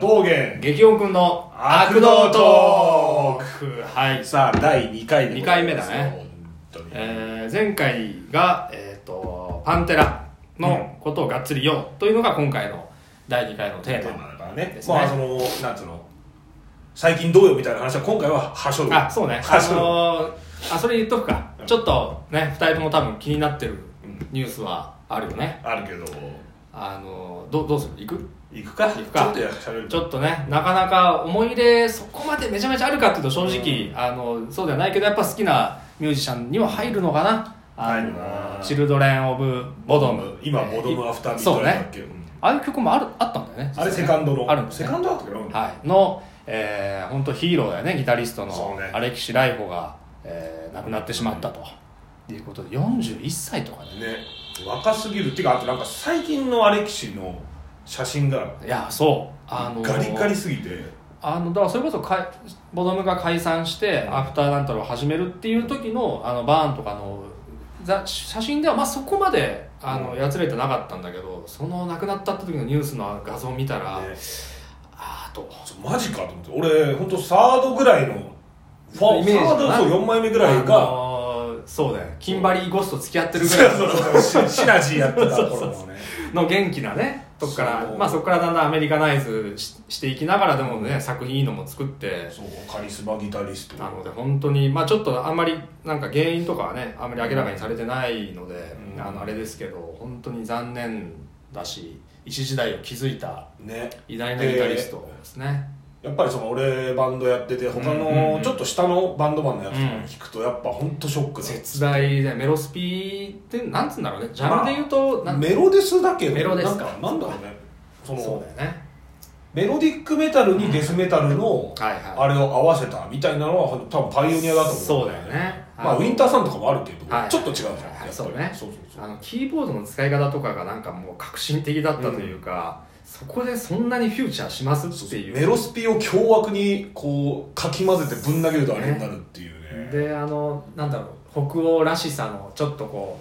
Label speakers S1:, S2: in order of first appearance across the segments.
S1: 道元
S2: 激音くんの
S1: 悪道ト
S2: ークはい
S1: さあ第2回でございます
S2: 二回目だね
S1: 本当に、
S2: えー前回が、えー、とパンテラのことをがっつり言おうというのが今回の第2回の
S1: テ
S2: テー
S1: ーマだか
S2: マ
S1: らね
S2: ですね
S1: まあそのなんつうの最近どうよみたいな話は今回ははしょる
S2: あそうね
S1: はし
S2: あ
S1: ょる、
S2: のーあそれ言っとくか
S1: うん
S2: ちょっとね2人とも多分気になってる
S1: うん
S2: ニュースはあるよね
S1: あるけど
S2: あのーどどうする行く
S1: 行くか
S2: 行くか
S1: ちょっとやしゃべる
S2: ちょっとねなかなか思い入れそこまでめちゃめちゃあるかっていうと正直、あのそうではないけどやっぱ好きなミュージシャンには入るのかなあ
S1: 入るな
S2: のチルドレン・オブ・ボドム
S1: 今ボドムアフタービート
S2: そう
S1: だっ
S2: ね
S1: け、うん
S2: ああいう曲もあるあったんだよね
S1: あれセカンドの
S2: あるんです
S1: セ
S2: ね
S1: カンドだったけど、
S2: はい、の、えー、本当ヒーローだよねギタリスト
S1: そう
S2: の
S1: ね
S2: アレキシ・ライホが、えー亡くなってしまったと、いうことで41歳とかね
S1: ね若すぎるっていうかあとなんか最近のアレキシの写真が
S2: いやそうあのー
S1: ガリガリすぎて
S2: あのだからそれこそかいボドムが解散してアフターなんたらを始めるっていう時のあのバーンとかのざ写真ではまあそこまであの、
S1: うん
S2: やつれてなかったんだけどその亡くなったって時のニュースの画像見たら、
S1: ね
S2: ああと
S1: そうマジかと思って俺本当サードぐらいのファ
S2: イ
S1: ン
S2: メージ
S1: サード
S2: だな
S1: そう4枚目ぐらい
S2: あ
S1: が、
S2: のーそうだよキンバリー・ゴスと付き合って
S1: そう
S2: るぐらいの
S1: そうそうシシナジーやってた頃のね
S2: の元気なねとこから
S1: そう
S2: まあ、そこからだんだんアメリカナイズししていきながらでもね作品いいのも作って
S1: そうカリスマギタリスト
S2: なので本当にまあちょっとあんまりなんか原因とかはねあんまり明らかにされてないので、
S1: うん
S2: あのあれですけど本当に残念だし一時代を築いた
S1: ね
S2: 偉大なギタリストですね、
S1: やっぱりその俺バンドやってて他
S2: うんうんう
S1: の
S2: ん
S1: ちょっと下のバンドマンのやつとか聞くとやっぱ本当ショックだ
S2: 絶大でメロスピーってなんつうんだろうねジャンルで言うと、なん
S1: メロデスだけど
S2: メロデスか
S1: なんなんだろうねその
S2: そうだよね
S1: メロディックメタルにデスメタルの
S2: はいはい
S1: あれを合わせたみたいなのは多分パイオニアだと思う
S2: そうだよね
S1: ま
S2: あ
S1: あ、
S2: の
S1: ウィンターさんとかもあるけど、
S2: はい
S1: ちょっと違うじゃん、
S2: はい
S1: やっぱり
S2: そうね
S1: そうそうそう
S2: あのキーボードの使い方とかがなんかもう革新的だったというか、そこでそんなにフューチャーしますっていう
S1: メロスピを凶悪にこうかき混ぜてぶん投げるとあれになるっていうね
S2: であのなんだろう北欧らしさのちょっとこ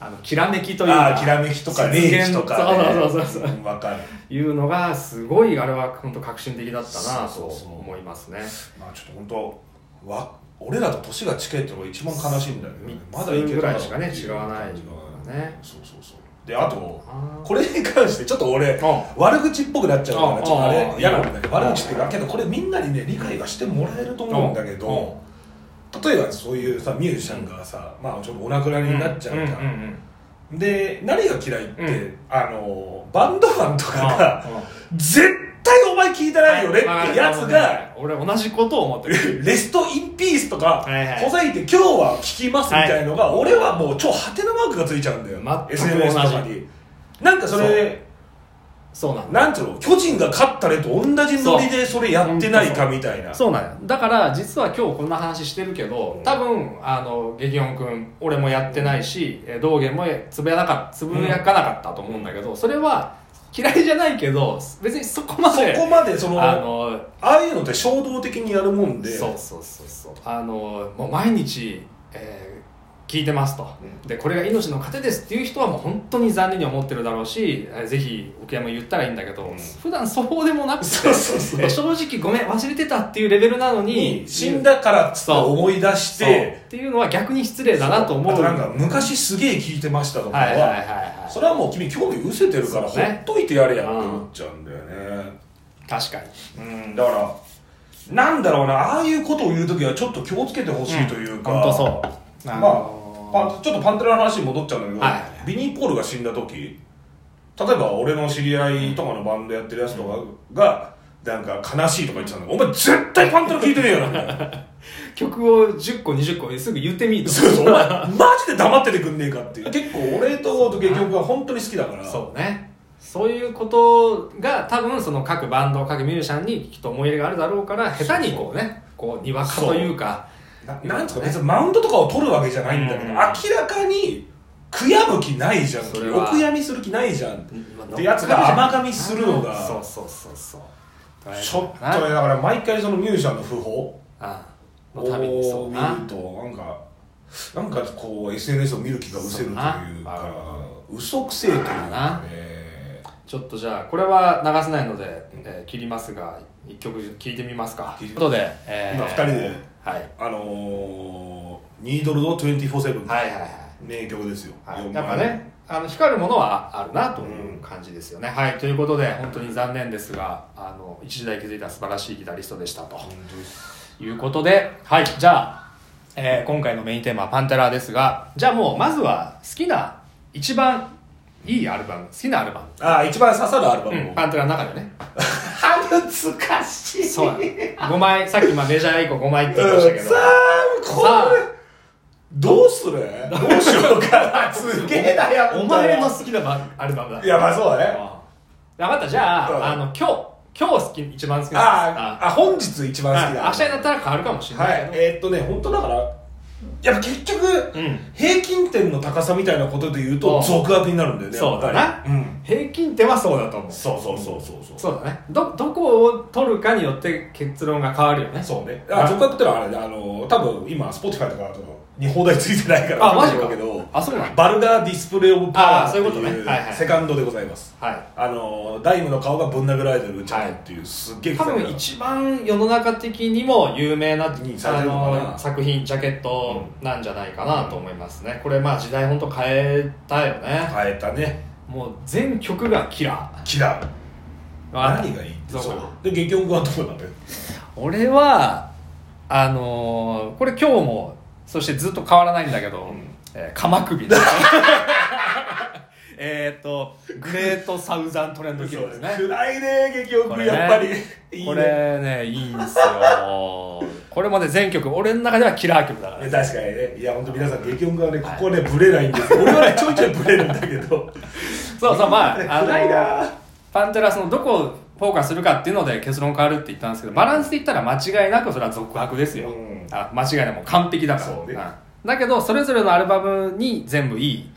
S2: うあのきらめきという
S1: あ
S2: か
S1: あきらめきとか
S2: 実現
S1: 霊気とか、
S2: そうそうそうそう
S1: うんわかる、
S2: いうのがすごいあれは本当革新的だったなと
S1: そうそうそう
S2: 思いますね
S1: まあ、ちょっと本当わ俺らと年が近いってのが一番悲しいんだよねまだいけ
S2: ぐらいしかね
S1: た
S2: 違わない
S1: 違
S2: からね
S1: そうそうそうであと
S2: あー
S1: これに関してちょっと俺
S2: あ
S1: 悪口っぽくなっちゃうからちょっとあ
S2: あ
S1: れ
S2: あ
S1: 嫌なんだけど
S2: ああ
S1: 悪口っていうかけどこれみんなにね理解はしてもらえると思うんだけど例えばそういうさミュージシャンがさまあちょっとお亡くなりになっちゃうじゃ
S2: うんうん
S1: ん
S2: うん
S1: で何が嫌いっ
S2: う
S1: てあのバンドマンとかが
S2: うん
S1: 絶対お前聞いてないよねってやつが
S2: 俺同じことを思ってる
S1: レストインピースとか
S2: はいはい
S1: ほざいて今日は聞きますみたいのが俺はもう超ハテナマークがついちゃうんだよ
S2: 全く
S1: SNS とか
S2: 同
S1: になんかそれ
S2: そうなんだ
S1: なんつうの巨人が勝ったねと同じノリでそれやってないかみたいな
S2: そうなんやだから実は今日こんな話してるけど多分あの激音くん俺もやってないしえー道元もつぶやなかつぶやかなかったと思うんだけど、それは嫌いじゃないけど別にそこま
S1: そ
S2: で
S1: こまでその
S2: あ
S1: あ
S2: の
S1: あいうのって衝動的にやるもんで
S2: そうそうそうそうあのもう毎日、えー聞いてますと、
S1: う
S2: でこれが命の糧ですっていう人はもう本当に残念に思ってるだろうしえーぜひ奥山言ったらいいんだけど、
S1: うん
S2: 普段そうでもなくて
S1: そうそう そう
S2: えー正直ごめん忘れてたっていうレベルなのに
S1: に死んだからっつって
S2: そう
S1: 思い出し
S2: そう
S1: て
S2: っていうのは逆に失礼だなと思う
S1: あとなんか昔すげえ聞いてましたとか
S2: はいはいはい
S1: は
S2: はい
S1: それはもう君興味失せてるから
S2: そ
S1: ほ
S2: う
S1: っ
S2: ね
S1: といてやれやって思っちゃうんだよね
S2: 確かに
S1: うんだからなんだろうなああいうことを言う時はちょっと気をつけてほしいというか
S2: 本当そう
S1: まあ
S2: のー
S1: パンちょっとパンテラの話に戻っちゃうんだけど、
S2: はい
S1: ビニー・ポールが死んだ時例えば俺の知り合いとかのバンドやってるやつとかが、なんか悲しいとか言ってたんだけど、お前絶対パンテラ聞いてねえよなみたいな
S2: 曲を10個20個すぐ言ってみと
S1: そうそうお前マジで黙っててくんねえかっていう結構俺と劇曲が本当に好きだから
S2: そうねそういうことが多分その各バンド各ミュージシャンにきっと思い入れがあるだろうから下手にこうねこうにわかというか
S1: ななんつうか別にマウントとかを取るわけじゃないんだけど、
S2: うん
S1: 明らかに悔やむ気ないじゃんお
S2: それは
S1: 悔やみする気ないじゃんってやつが甘噛みするのが
S2: そうそうそうそう
S1: ちょっとねだ
S2: あ
S1: から毎回そのミュージシャンの訃報
S2: あの
S1: を
S2: ためにそう
S1: 見
S2: な
S1: るとなんかなんかこう SNS を見る気が失せるという
S2: そうな
S1: か嘘くせえという
S2: な
S1: かね
S2: ちょっとじゃあこれは流せないので、えー切りますが一曲聴いてみますかと
S1: 聞
S2: い
S1: いうてみます
S2: ことで、えー
S1: 今二人で
S2: はい、
S1: あのー、ニードルド247、
S2: はいはいはい
S1: 名曲ですよ、
S2: はい
S1: 四
S2: や
S1: 枚
S2: っぱねあの光るものはあるなという感じですよね、はいということで本当に残念ですがあの一時代築いた素晴らしいギタリストでしたと
S1: 本当です
S2: いうことではいじゃあ、えー今回のメインテーマは「パンテラ」ですがじゃあもうまずは好きな一番いいアルバム好きなアルバム
S1: ああ一番刺さるアルバム、
S2: うん、パンテラの中でね。
S1: 難しい
S2: そう
S1: うん
S2: 5枚、さっきまあメジャー以降5枚って言いましたけど
S1: さ。あこ
S2: さあ
S1: れどうするどうしようかなすげえなや
S2: お前の好きなばアルバムだ。
S1: いやまあそうだね
S2: ああ分かった、じゃ
S1: うん
S2: あ、あの、今日、今日好き、一番好きな
S1: あ
S2: ん
S1: ああ本日一番好き
S2: はい
S1: だ
S2: 明日になったら変わるかもしれ
S1: は
S2: ないいけど。
S1: えーっとね本当だからやっぱ結局、
S2: うん
S1: 平均点の高さみたいなことで言うと
S2: うん
S1: 俗悪になるんだよね
S2: そうだな
S1: やっぱりうん
S2: 平均点はそうだと思う。
S1: そうそうそうそうそう
S2: そうだね。ど、どこを取るかによって結論が変わるよね。
S1: そうねあ俗悪ってのはあれだあの多分今 Spotify とかだとに放題ついてないから
S2: あマジか
S1: わかんないと思うけど
S2: あそうなん
S1: バルガーディスプレイオブパワー
S2: あーそういうことね
S1: って
S2: はいはい
S1: セカンドでございます
S2: はい。
S1: あのダイムの顔がぶん殴られてるチャンネルっていう、すっげえ
S2: 多分一番世の中的にも有名なあ
S1: にされてるのかな
S2: の作品ジャケットなんじゃないかなと思いますね、これまあ時代本当変えたよね、
S1: 変えたね
S2: もう全曲がキラ
S1: キラー
S2: ー
S1: 何がいいって
S2: そう
S1: そうで激音君はどうなのよ
S2: 俺はあのーこれ今日もそしてずっと変わらないんだけど、えー、鎌首です えっとグレートサウザントレンドキルですね
S1: 暗いね激音
S2: こ
S1: 君
S2: れね
S1: やっぱりいいね
S2: これねいいんですよこれもね全曲俺の中ではキラー曲だから
S1: ね確かにねいや本当皆さん激音君はねここはねブレないんですよ俺はねちょいちょいブレるんだけど
S2: そうそうまああ の
S1: 暗いな
S2: パンテラそのどこをフォーカスするかっていうので結論変わるって言ったんですけどバランスで言ったら間違いなくそれは続白ですよ、
S1: うん
S2: あ間違いないもう完璧だから
S1: そうね
S2: んだけどそれぞれのアルバムに全部いい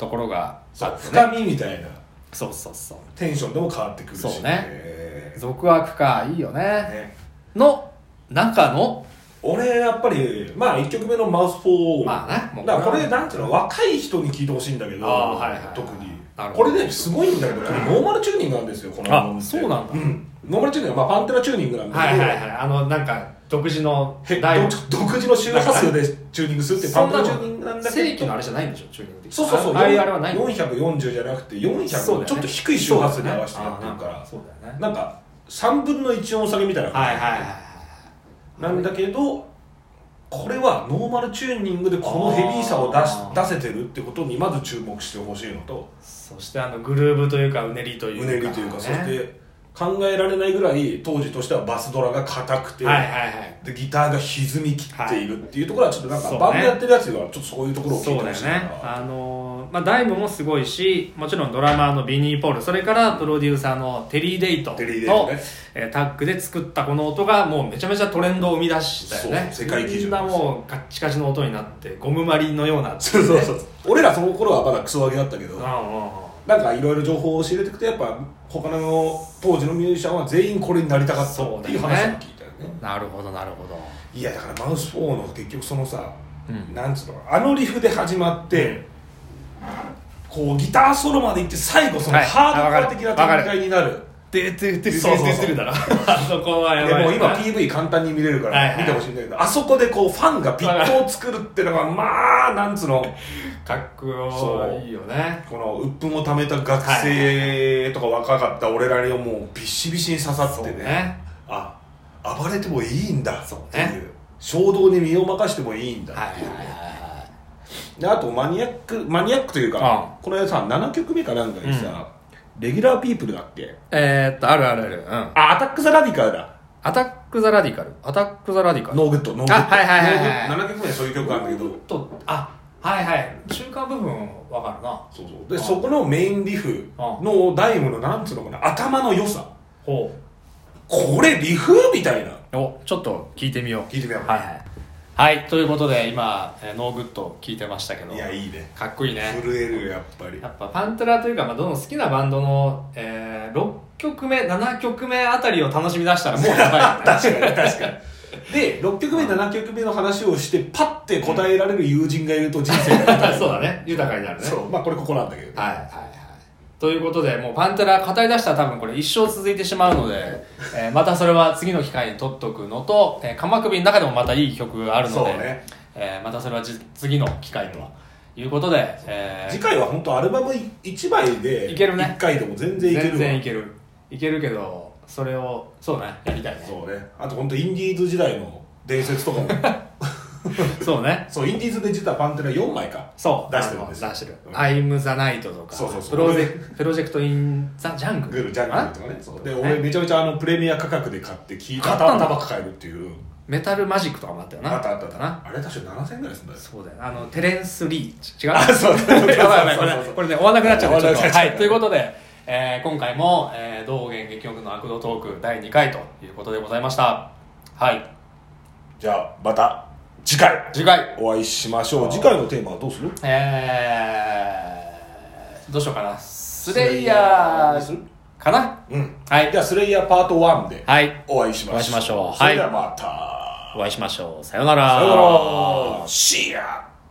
S2: ところが
S1: そ
S2: あ
S1: う
S2: ってね
S1: 深みみたいな
S2: そうそうそう
S1: テンションでも変わってくるし
S2: そうね
S1: ね
S2: 続白かいいよね
S1: ね
S2: の中の
S1: 俺やっぱりまあ1曲目の「マウス・フォー」
S2: まあねもう
S1: だからこれなんていうの若い人に聞いてほしいんだけど、
S2: あーはいはいはい
S1: 特に
S2: なるほ
S1: こ
S2: ど
S1: れねすごいんだけどこれノーマルチューニングなんですよこの
S2: あ
S1: アルバムって
S2: そうなんだ
S1: ノーマルチューニングは、まあ、パンテラチューニングなんだ
S2: はい
S1: けど、
S2: はいはいあのなんか独自の
S1: へ
S2: ライブ
S1: 独独自の周波数でチューニングするっていうパンテラチューニングなんだけど
S2: 正規のあれじゃないんでしょチューニングって
S1: そうそうそう
S2: ああいうあれはないんだ
S1: 440じゃなくて400
S2: そうだよ
S1: の
S2: ね
S1: ちょっと低い周波数に合わせてやってるから、
S2: そうだよね
S1: なんか3分の1音下げみたいな感
S2: はい
S1: じ、
S2: はいはい
S1: なんだけどこれはノーマルチューニングでこのヘビーさを出し
S2: あ
S1: 出せてるってことにまず注目してほしいのと
S2: そしてあのグルーブというかうねりというう
S1: ねりというか、
S2: ね
S1: そして考えられないぐらい当時としてはバスドラが硬くて、
S2: はいはいはい
S1: でギターが歪み切っているっていうところはちょっとなんか、
S2: そうね
S1: バンドやってるやつにはちょっとそういうところを聞
S2: そ
S1: いうて
S2: だ
S1: ほ
S2: よ
S1: しい
S2: ね
S1: な
S2: あのーまあダイムもすごいしもちろんドラマーのビニー・ポールそれからプロデューサーのテリー・デイト
S1: テリーデイト
S2: と
S1: ね
S2: えータッグで作ったこの音がもうめちゃめちゃトレンドを生み出したよね
S1: そう世界基準です
S2: みんなもうガッチガチの音になってゴムまりのような
S1: そうそうそう俺らその頃はまだクソ上げだったけど、
S2: うんうんうん
S1: なんかいろいろ情報を仕入れていくとやっぱ他の当時のミュージシャンは全員これになりたかったっていう
S2: そうだ
S1: 話
S2: よ
S1: を
S2: ね
S1: 聞いたよね
S2: なるほどなるほど
S1: いやだからマウス4の結局そのさ、
S2: うん
S1: なんつうのかなあのリフで始まって、こうギターソロまで行って最後その
S2: はい
S1: ハードコア的な
S2: わかる
S1: 展開になる,、
S2: でてるて
S1: る
S2: そうそう
S1: てるてる
S2: だろあそこはやばい
S1: でもう今 PV 簡単に見れるか
S2: はいは
S1: ら
S2: い
S1: 見てほしいんだけど、あそこでこうファンがビットを作るっていうのがまあなんつうの
S2: かっこ
S1: そう
S2: いいよね
S1: この鬱憤をためた学生とか若かった俺らにはもうビシビシに刺さってねあ暴れてもいいんだ
S2: そうね
S1: っていう衝動に身を任してもいいんだ、
S2: はいはいはいは
S1: であとマニアックマニアックというか、この間さ7曲目かなんかにさ、レギュラーピープルだっけ
S2: いえー、っとあるあるある、うん、
S1: あアタック・ザ・ラディカルだ
S2: アタック・ザ・ラディカルアタック・ザ・ラディカル
S1: ノーグッドノーグッド
S2: あはいはいはいはい
S1: ノーグッド7曲目はそういう曲なんだけど
S2: とあはいはい中間部分わかるな
S1: そうそうでそこのメインリフ
S2: あ
S1: のダイムのなんつうのかな頭の良さ
S2: ほ
S1: これリフみたいな
S2: うおちょっと聞いてみよう
S1: 聞いてみよう
S2: はいはい、はい、ということで今、えーノーグッド聞いてましたけど
S1: いやいいね
S2: かっこいいね
S1: 震えるよやっぱり
S2: やっぱパンテラというか、まあ、どの好きなバンドの、え6曲目7曲目あたりを楽しみ出したらもうやばいよね
S1: 確かに確かにで6曲目7曲目の話をしてパッて答え られる友人がいると人生が豊かになる
S2: そうだね豊かになるね
S1: そうまあこれここなんだけど
S2: はいはいはいということで、もうパンテラ語り出したら多分これ一生続いてしまう ので、えーまたそれは次の機会に取っとくのと、えー、鎌首の中でもまたいい曲があるので、
S1: そうね
S2: えーまたそれはじ次の機会ということで、えー
S1: 次回は本当アルバム1枚で
S2: いけるね
S1: 1回でも全然いけるわ
S2: 全然いける。いけるけど、それを、そうね、やりたいね。
S1: そうねあと本当インディーズ時代の伝説とかも
S2: そうね。
S1: そうインディーズで実はパンテラ4枚か
S2: そう。
S1: 出してるんですよ
S2: あの出してる
S1: う。ん
S2: アイム・ザ・ナイトとか、
S1: そうそうそう
S2: プロジェプロジェクト・イン・ザ・ジャング
S1: グ
S2: ル。
S1: ルジャングルとかね
S2: あ
S1: そうで俺めちゃめちゃあのプレミア価格で買って聞いた
S2: 買ったんだ
S1: 頭抱えるっていう
S2: メタル・マジックとかもあったよな。
S1: あったあったあっ
S2: な
S1: たあれ確か7000円ぐらいするんだよ
S2: そうだよねあのテレンス・リー違う
S1: あそうそうそうそう
S2: やばいやばいこれねこれね終わんなくなっちゃうね
S1: 終わんな
S2: ち
S1: くなっち
S2: ょっと
S1: ゃ
S2: は
S1: う
S2: いということで、えー今回も、えー、道元劇局の悪道トーク第2回ということでございましたはい
S1: じゃあまた次回
S2: 次回
S1: お会いしましょう次回のテーマはどうする
S2: えー、どうしようかなスレ
S1: スレイ
S2: イヤ
S1: ヤーにする
S2: ーかな
S1: うん
S2: はい
S1: じゃあスレイヤーパート1で
S2: はい
S1: お会いしましょう
S2: お会いしましょう
S1: それでは
S2: は
S1: また
S2: お会いしましょうさようなら
S1: さようならシーヤー